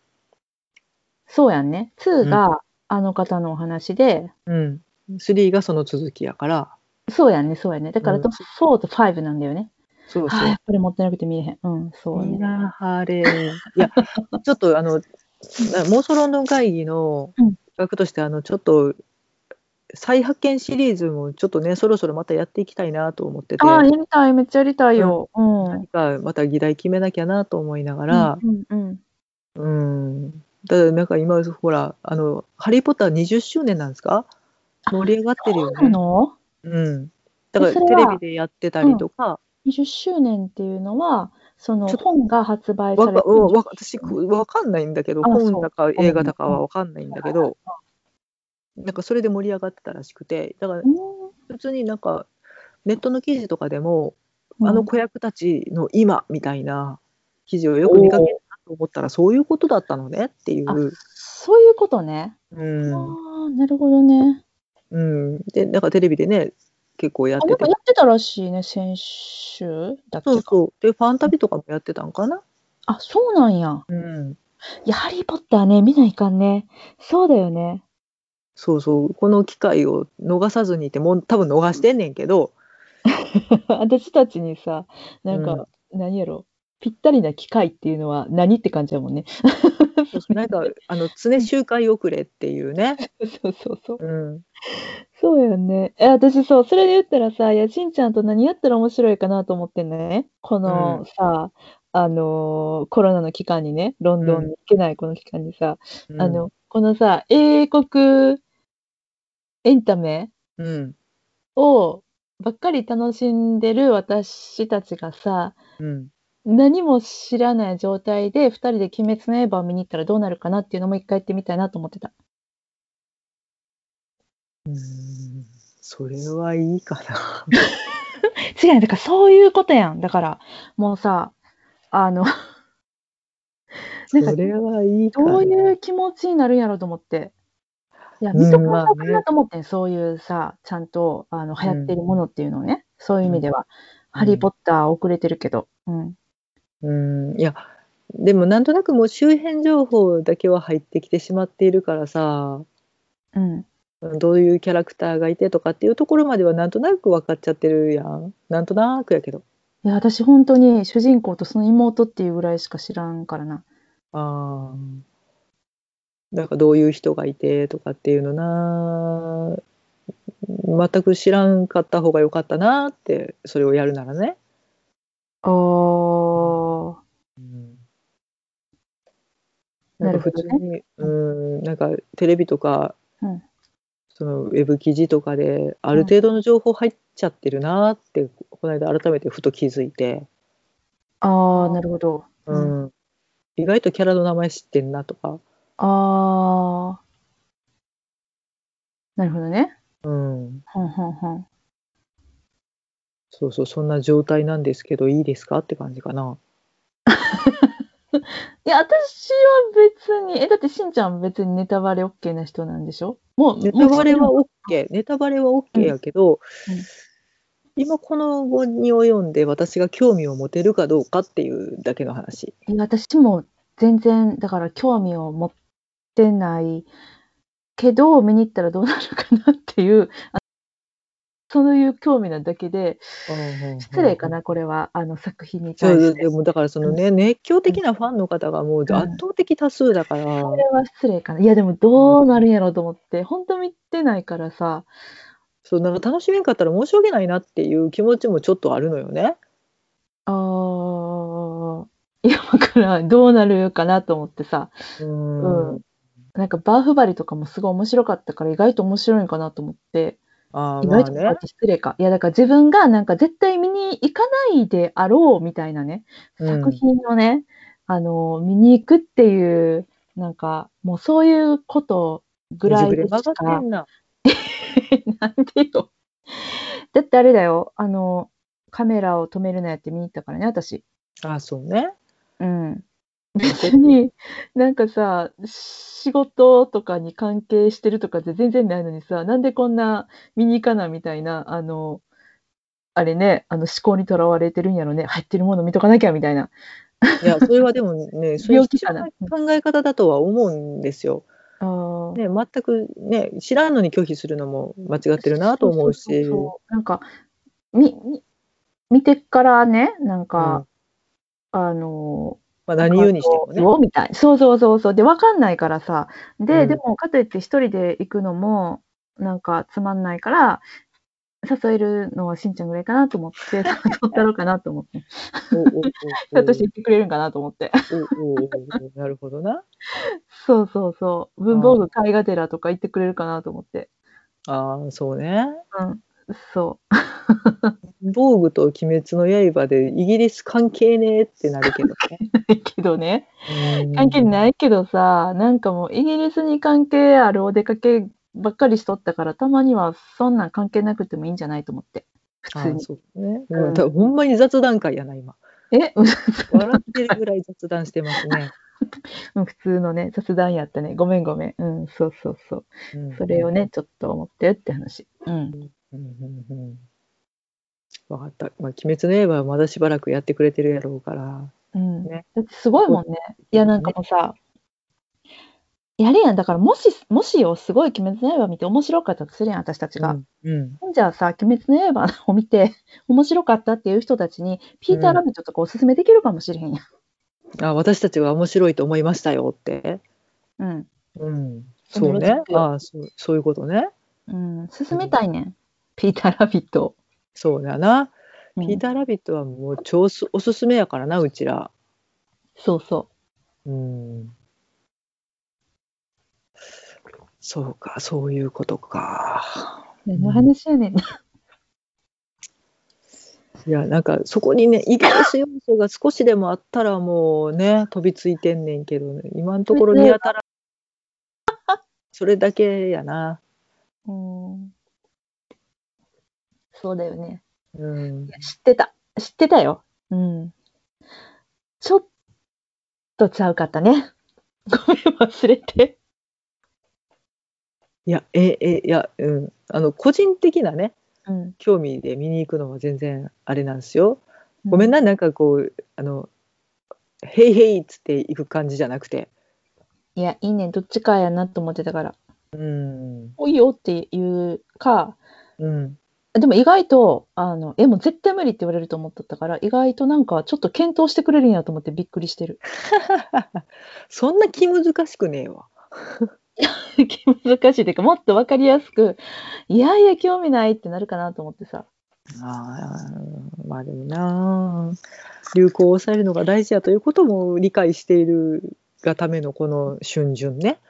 S1: そうやんね。2があの方のお話で、
S2: うん3がその続きやから
S1: そうやんね、そうやんね。だから、
S2: うん
S1: 4と5なんだよね。
S2: そうそう
S1: あーやっぱり持ってなくて見えへん。うん、そう
S2: みん
S1: ね。
S2: な晴れ。いや、 ちょっとあの、妄想論論会議の
S1: うん
S2: 企画として、あの、ちょっと、再発見シリーズもちょっとね、そろそろまたやっていきたいなと思ってて、
S1: ああ、やりたい、めっちゃやりたいよ。うん。
S2: 何かまた議題決めなきゃなと思いながら、
S1: うんうん
S2: うん。ただなんか今、ほら、あの、ハリー・ポッター20周年なんですか盛り上がってる
S1: そ
S2: よ
S1: うな
S2: ね。
S1: の
S2: うん。だから
S1: そ
S2: テ
S1: れは
S2: レビでやってたりとか、
S1: ?20 周年っていうのは、その
S2: ちょっと
S1: 本が発売さ
S2: わ
S1: れ
S2: か
S1: て
S2: うんわか私、わかんないんだけど、
S1: あそう
S2: 本だか映画だかはわかんないんだけど、なんかそれで盛り上がってたらしくて、だから
S1: う
S2: 普通になんかネットの記事とかでも、
S1: ん
S2: あの子役たちの今みたいな記事をよく見かけるなと思ったら、そういうことだったのねってい
S1: あ
S2: う。
S1: そういうことね。
S2: うん
S1: ああ、なるほどね。
S2: うん、で、なんかテレビでね、結構やっ
S1: あ、な
S2: て
S1: ん
S2: て
S1: かやってたらしいね、先週だっけ
S2: そ
S1: か。
S2: うそうでファン旅とかもやってたんかな
S1: あ、そうなんや。
S2: うん
S1: いや、ハリー・ポッターね、見ないかんね。そうだよね。
S2: そうそうこの機会を逃さずにってもう多分逃してんねんけど
S1: 私たちにさ、なんか、
S2: うん
S1: 何やろ、ぴったりな機会っていうのは何って感じだもんね。
S2: なんかあの常周回遅れっていうね、
S1: そうそうそう。
S2: うん、
S1: そうやんね。え、私そう、それで言ったらさ、いや、しんちゃんと何やったら面白いかなと思ってんね。こ
S2: う
S1: のさ、あのーコロナの期間にね、ロンドンに行けないこの期間にさ、あの、このさ、英国エンタメ
S2: うん
S1: をばっかり楽しんでる私たちがさ、
S2: うん
S1: 何も知らない状態で2人で「鬼滅の刃」を見に行ったらどうなるかなっていうのも一回やってみたいなと思ってた。
S2: うんそれはいいかな
S1: 違うだからそういうことやんだからもうさあのなんか
S2: それはいい か
S1: ど
S2: な
S1: ういう気持ちになるんやろうと思って。いや
S2: うん
S1: 見とかなあかん
S2: まあ
S1: な
S2: ね
S1: と思ってん、そういうさちゃんとあの流行ってるものっていうのをね、そういう意味では「
S2: うん
S1: ハリー・ポッター」遅れてるけど、うん、
S2: うんいやでもなんとなくもう周辺情報だけは入ってきてしまっているからさ
S1: うん、
S2: どういうキャラクターがいてとかっていうところまではなんとなく分かっちゃってるやんなんとなくやけど
S1: いや私本当に主人公とその妹っていうぐらいしか知らんからな
S2: ああなんかどういう人がいてとかっていうのな全く知らんかった方が良かったなってそれをやるならね、
S1: あー
S2: なんか普通に、うんなんかテレビとか、
S1: うん
S2: そのウェブ記事とかである程度の情報入っちゃってるなって、この間改めてふと気づいて、
S1: ああ、なるほど。
S2: うん意外とキャラの名前知ってんなとか、
S1: ああ。なるほどね。
S2: うん、
S1: ほんほんほん。
S2: そうそうそんな状態なんですけどいいですかって感じかな。
S1: いや、私は別に、え、だってしんちゃん別にネタバレ OK な人なんでしょもう、
S2: ネタバレは
S1: もう
S2: OK、ネタバレは OK やけど、
S1: うんうん
S2: 今この後に及んで私が興味を持てるかどうかっていうだけの話。
S1: いや私も全然、だから興味を持ってないけど、見に行ったらどうなるかなっていう、あそういう興味なだけで、失礼かな、これは、あの作品に
S2: そ
S1: 対
S2: う
S1: し
S2: で
S1: て。
S2: もだからそのね熱狂的なファンの方がもう圧倒的多数だから、
S1: これは失礼かな。いや、でもどうなるんやろうと思って、本当見てないからさ、
S2: そうなんか楽しめんかったら申し訳ないなっていう気持ちもちょっとあるのよね。
S1: あー いや、わからん。どうなるかなと思ってさ、
S2: うん
S1: うんなんかバーフバリとかもすごい面白かったから、意外と面白いんかなと思って、
S2: ああ
S1: 意
S2: ま
S1: 外
S2: あ
S1: ととか
S2: ね
S1: っ。て失礼か。いや、だから自分がなんか絶対見に行かないであろうみたいなね、
S2: うん
S1: 作品のね、あの、見に行くっていう、なんか、もうそういうことぐらい
S2: ねじ
S1: で
S2: れ
S1: しか
S2: 曲がってんな。
S1: なんでよ。だってあれだよ、あの、カメラを止めるのやって見に行ったからね、私。
S2: ああそうね。
S1: うん。別に、なんかさ、仕事とかに関係してるとかって全然ないのにさ、なんでこんな見に行かなみたいな、あの、あれね、あの思考にとらわれてるんやろね、入ってるもの見とかなきゃみたいな。
S2: いやそれはでもねそういう
S1: 病気かな
S2: 考え方だとは思うんですよ。
S1: あー
S2: ね、全くね知らんのに拒否するのも間違ってるなと思うし。
S1: そそそそうなんか、み、み見てからね、なん
S2: うん
S1: か、あの、
S2: まあ、何言うにしてもね。
S1: みたいな。そうそうそうそう。で、わかんないからさ。で、
S2: うん
S1: でも、かといって一人で行くのも、なんかつまんないから、誘えるのはしんちゃんぐらいかなと思 って、誘ったろうかなと思って。
S2: おうおうおうおう
S1: 私言ってくれるんかなと思って。
S2: おうおうおうおうなるほどな。
S1: そうそうそう。文房具絵画寺とか言ってくれるかなと思って。
S2: ああそうね。
S1: うん。そ
S2: 防具と鬼滅の刃でイギリス関係ねえってなるけどね。
S1: う。 けどね。
S2: うん
S1: 関係ないけどさ、なんかもうイギリスに関係あるお出かけばっかりしとったから、たまにはそんなん関係なくてもいいんじゃないと思って。普
S2: あ
S1: 通に。
S2: そうね。
S1: うん
S2: うん、多分ほんまに雑談会やな今。
S1: え、
S2: 笑ってるぐらい雑談してますね。
S1: うん普通のね、雑談やったね。ごめんごめん。うん、 そうそうそう。
S2: うん
S1: それを。ね、ちょっと思ってって話。うん。
S2: うんうんうんわかった。まあ、鬼滅の刃はまだしばらくやってくれてるやろうから。
S1: うん
S2: ね
S1: だってすごいもんね。いや、なんかもうさ、やれやん。だから、もし、もしよ、すごい鬼滅の刃見て面白かったとするやん、私たちが。
S2: うん。うん。
S1: じゃあさ、鬼滅の刃を見て、 面白かったっていう人たちに、ピーター・ラビットとかおすすめできるかもしれへんや
S2: あ、私たちは面白いと思いましたよって。
S1: ん。うん。
S2: うん。
S1: その
S2: そうね
S1: ロジッ。ク
S2: ああ、そう、そういうことね。
S1: うん、進めたいねん。ピーター・ラビットを。
S2: そうだな。
S1: うん
S2: ピーターラビットはもう超すおすすめやからな、うちら。
S1: そうそ
S2: うん。そうか、そういうことか。
S1: う。何の話やねんな。
S2: いや、なんかそこにね、イギリス要素が少しでもあったらもうね、飛びついてんねんけど、ね、今のところ見当たらんそれだけやな。
S1: うん、そうだよね。
S2: うん。
S1: 知ってた。知ってたよ。うん。ちょっとちゃうかったね。 ごめん、忘れて。
S2: いや、え、え、いや、うん。あの、個人的なね、
S1: うん。
S2: 興味で見に行くのは全然あれなんですよ。ごめんな、なんかこう、あの、へいへいっつって行く感じじゃなくて。
S1: いや、いいね。どっちかやなと思ってたから。
S2: うん。
S1: おいよっていうか、
S2: うん。
S1: でも意外と、あの、え、もう絶対無理って言われると思っとったから、意外となんかちょっと検討してくれるんやと思ってびっくりしてる。
S2: そんな気難しくねえわ。
S1: 気難しいというか、もっとわかりやすく、いやいや、興味ないってなるかなと思ってさ。
S2: ああ、まあでもな流行を抑えるのが大事やということも理解しているがためのこの春巡ね。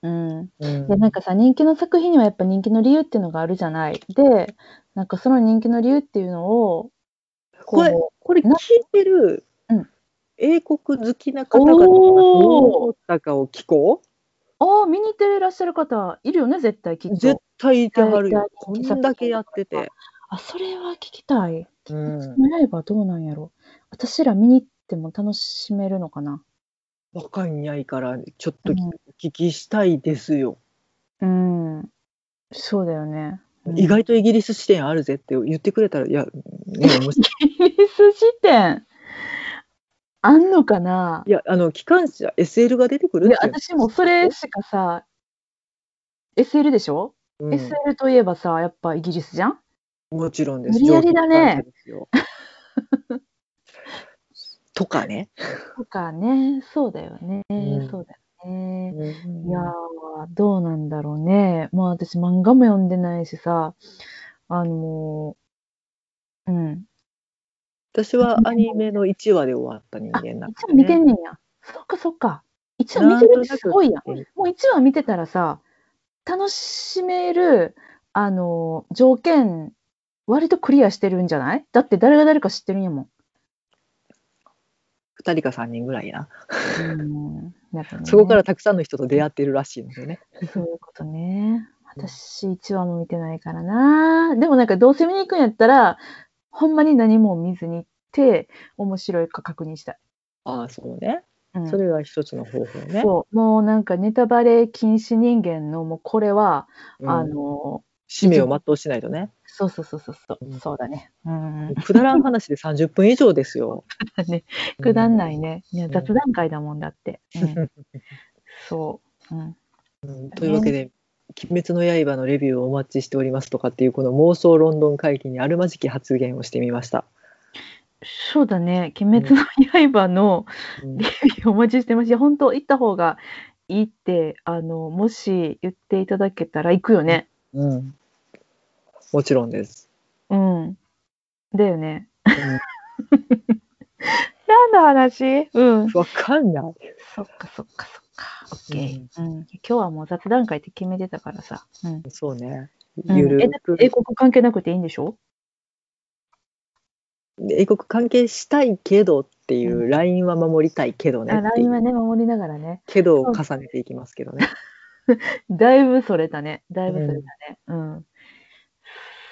S1: うん。
S2: うん
S1: で、なんかさ、人気の作品にはやっぱ人気の理由っていうのがあるじゃない。で、なんかその人気の理由っていうのを、
S2: これ、これ聞いてる
S1: うん
S2: 英国好きな方々がどう思ったかを聞こう。
S1: ああ、見に行っていらっしゃる方いるよね、絶対きっ
S2: 絶
S1: と。
S2: 対いてはるよ。こ
S1: 絶対
S2: んだけやってて。
S1: あ、それは聞きたい。
S2: うん。
S1: 見ればどうなんやろ。私ら見に行っても楽しめるのかな。
S2: 若いんやいから、ちょっと
S1: う
S2: お
S1: ん
S2: 聞きしたいですよ。
S1: うん。そうだよね。うん
S2: 意外とイギリス視点あるぜって言ってくれたら、いや、ね、 もし
S1: イギリス視点あんのかない
S2: や、あの、機関車、SL が出てくる
S1: い
S2: って
S1: や
S2: いう。
S1: 私もそれしかさ SL でしょ、
S2: うん
S1: ?SL といえばさやっぱイギリスじゃん
S2: もちろんです。
S1: 無理やりだね
S2: 上級機関車ですよ。とかね。
S1: とかねそうだよね、
S2: うん
S1: そうだよね、
S2: い
S1: いやーどうなんだろうねまあ私漫画も読んでないしさあのーうん
S2: 私はアニメの1話で終わった人間だ
S1: 一
S2: か
S1: 応見て
S2: ら、ね。
S1: んねんや、そっかそっか一応見てるってすごいやん
S2: なんとなく
S1: もう1話見てたらさ、楽しめる、あのー条件、割とクリアしてるんじゃないだって誰が誰か知ってるんやもん。
S2: 2人か3人ぐらいな。
S1: うん、やっぱね
S2: そこからたくさんの人と出会ってるらしいのでね。
S1: そういうことね。私、1話も見てないからな。でもなんか、どうせ見に行くんやったら、ほんまに何も見ずに行って、面白いか確認したい。
S2: ああ、そうね。
S1: うん、
S2: それが一つの方法ね。
S1: そうもうなんかネタバレ禁止人間のもうこれは、
S2: うん
S1: あのー
S2: 使命を全うしないとね。
S1: そうそうそうそうそう、
S2: うん
S1: そうだねうん
S2: くだらん話で30分以上ですよ。。
S1: だねくだんないいね。いや
S2: ん
S1: 雑談会だもんだって。 うん、そう、うん。
S2: うん というわけで、鬼滅の刃のレビューをお待ちしておりますとかっていう、この妄想ロンドン会議にあるまじき発言をしてみました。
S1: そうだね。鬼滅の刃の
S2: うん
S1: レビューお待ちしてます。いや、本当行った方がいいって、あの、もし言っていただけたら行くよね。
S2: うん、もちろんです。
S1: うん。だよね。
S2: う
S1: 何の話うん。
S2: んわかんない。
S1: そっかそっかそっか。オッケー。うん。今日はもう雑談会って決めてたからさ。うん。
S2: そうね。
S1: うん
S2: ゆるく、
S1: 英国関係なくていいんでしょ
S2: 英国関係したいけどっていうラインは守りたいけどね
S1: あ、
S2: ってい
S1: LINE は
S2: う。
S1: ね、守りながらね。
S2: けどを重ねていきますけどね。
S1: だいぶそれたね。だいぶそれたね。うん。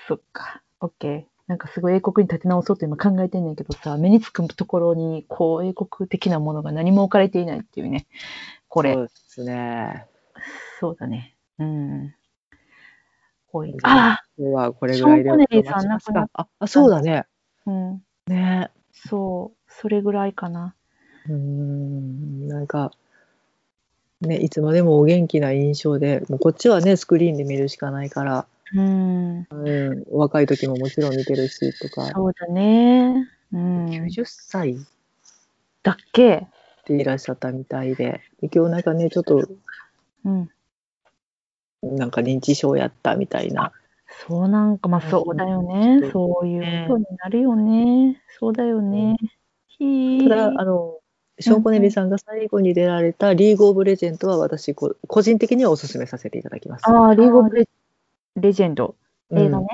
S1: そっか。オッケー。なんかすごい英国に立て直そうと今考えてんねんけどさ、目につくところに、こう、英国的なものが何も置かれていないっていうね。これ。
S2: そ
S1: そう
S2: うですね。
S1: だね。うん。ほい
S2: うん。
S1: ああ
S2: 今日はこれぐらい
S1: ショー
S2: で
S1: ンコネリーさん
S2: お待ち
S1: 亡
S2: します
S1: くなっ
S2: かああそうだね
S1: うん、
S2: ね
S1: そう、それぐらいかな。
S2: うーんなんかねいつまでもお元気な印象でもうこっちはねスクリーンで見るしかないから、
S1: うん、
S2: うん、若い時ももちろん見てるしとか、
S1: そうだね。うん、
S2: 90歳
S1: だっけ、
S2: でいらっしゃったみたいで今日なんかねちょっと
S1: うん、
S2: なんか認知症やったみたいな
S1: そうなんか、まあ、そうだよね。そういうことになるよね。そうだよね。ひ
S2: た
S1: ー
S2: だあのショーン・コネリーさんが最後に出られた「リーグ・オブ・レジェンド」は私こ個人的にはおすすめさせていただきます。
S1: ああ、リーグオブレレジェンド、映画ね。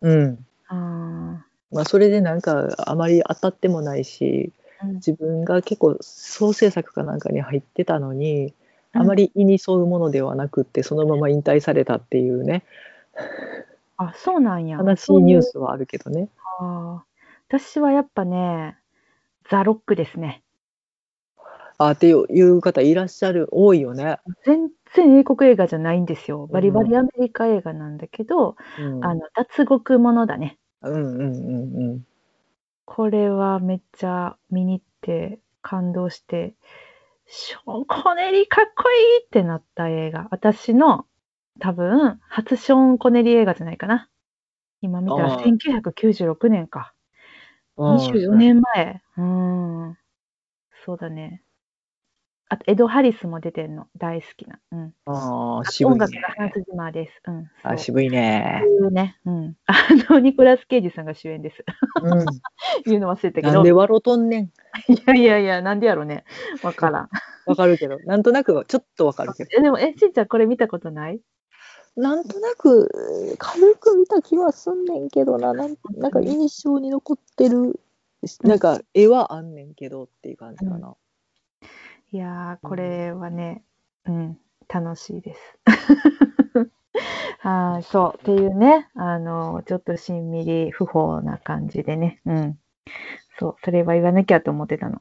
S2: うんうん
S1: あ
S2: まあ、それでなんかあまり当たってもないし
S1: あ、うん
S2: 自分が結構総制作かなんかに入ってたのにあまり意に沿うものではなくってそのまま引退されたっていうね
S1: あ、そうなんや。
S2: 悲しい
S1: そういう
S2: ニュースはあるけどね。
S1: ああ私はやっぱね、ザ・ロックですね。
S2: あっていう方いらっしゃる多いよね。
S1: 全然英国映画じゃないんですよ。バリバ
S2: うん
S1: リアメリカ映画なんだけど、
S2: うん
S1: あの脱獄ものだね。
S2: うんうんうんうん
S1: これはめっちゃ見に行って感動して、ショーン・コネリーかっこいいってなった映画。私の多分、初ショーン・コネリー映画じゃないかな。今見た
S2: あ
S1: ら
S2: あ
S1: 1996年か。
S2: あー。
S1: 24年前。うん。そうだね。あと、エド・ハリスも出てんの。大好きな。うん。
S2: あ
S1: あ
S2: あ
S1: と
S2: 渋い
S1: 音楽
S2: ね
S1: が。フランスジマーです。うん。
S2: あ
S1: そう
S2: 渋いね。
S1: こういうね。うん。あの、ニコラス・ケイジさんが主演です。
S2: うん、
S1: 言うの忘れたけ
S2: なん
S1: ど。
S2: で
S1: い
S2: 笑うとんねん。
S1: や いやいや、なんでやろうね。わからん。
S2: わかるけど、 なんとなくはちょっとわかるけ
S1: えでも、え、しんちゃん、これ見たことない
S2: ど。なんとなくえー軽く見た気はすんねんけどな、なんなんか印象に残ってる。なんか絵はあんねんけどっていう感じかな。
S1: いやー、これはね、うん、楽しいです。 はい、そう、っていうね、あの、ちょっとしんみり不法な感じでね、うん。そう、それは言わなきゃと思ってたの。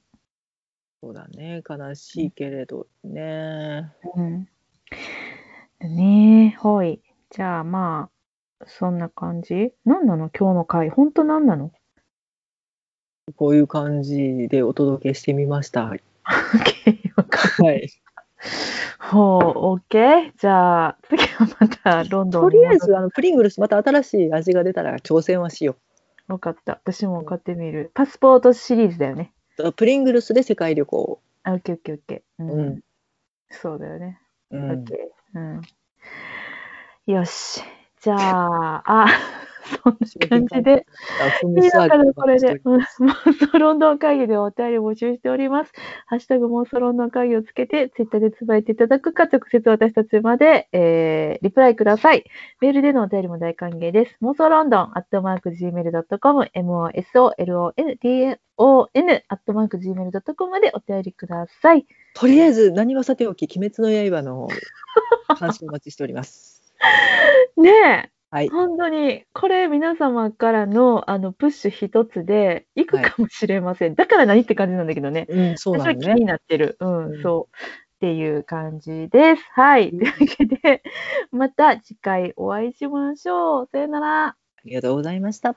S2: そうだね、悲しいけれどね。
S1: うん。ねえ、ほい。じゃあ、まあ、そんな感じ何なの今日の回。ほんと何なの
S2: こういう感じでお届けしてみま した。はい。
S1: ほう、オッケー。じゃあ、次はまたロンドン
S2: と
S1: に
S2: りあ
S1: 戻
S2: え
S1: って
S2: ずあのプリングルスまた新しい味が出たら挑戦はしよ
S1: わかった。私も買ってみる。パスポートシリーズだよね。
S2: う。プリングルスで世界旅行。
S1: あ、オッケーオッケーオッケー。
S2: う
S1: うんん。そうだよね。
S2: う
S1: オッ
S2: ん
S1: ケ、ー。うん。よし。じゃあ、あ、 そんな感じで。。いいのかなこれで。うん 妄想ロンドン会議ではお便りを募集しております。ハッシュタグ妄想ロンドン会議をつけて、ツイッターでつぶやいていただくか、直接私たちまで、えーリプライください。メールでのお便りも大歓迎です。妄想ロンドン、アットマーク Gmail.com、MOSOLONDON、アットマーク Gmail.com までお便りください。
S2: とりあえず何はさておき「鬼滅の刃」の感想お待ちしております。
S1: ねえ。
S2: はい
S1: 本当に、これ皆様からのあのプッシュ一つで、いくかもしれません。だから何って感じなんだけどね。
S2: うん、そうなの
S1: 私は気
S2: ね。
S1: になってる。うん、
S2: うん
S1: そう。っていう感じです。はい。と
S2: うん
S1: いうわけで、また次回お会いしましょう。さよなら。
S2: ありがとうございました。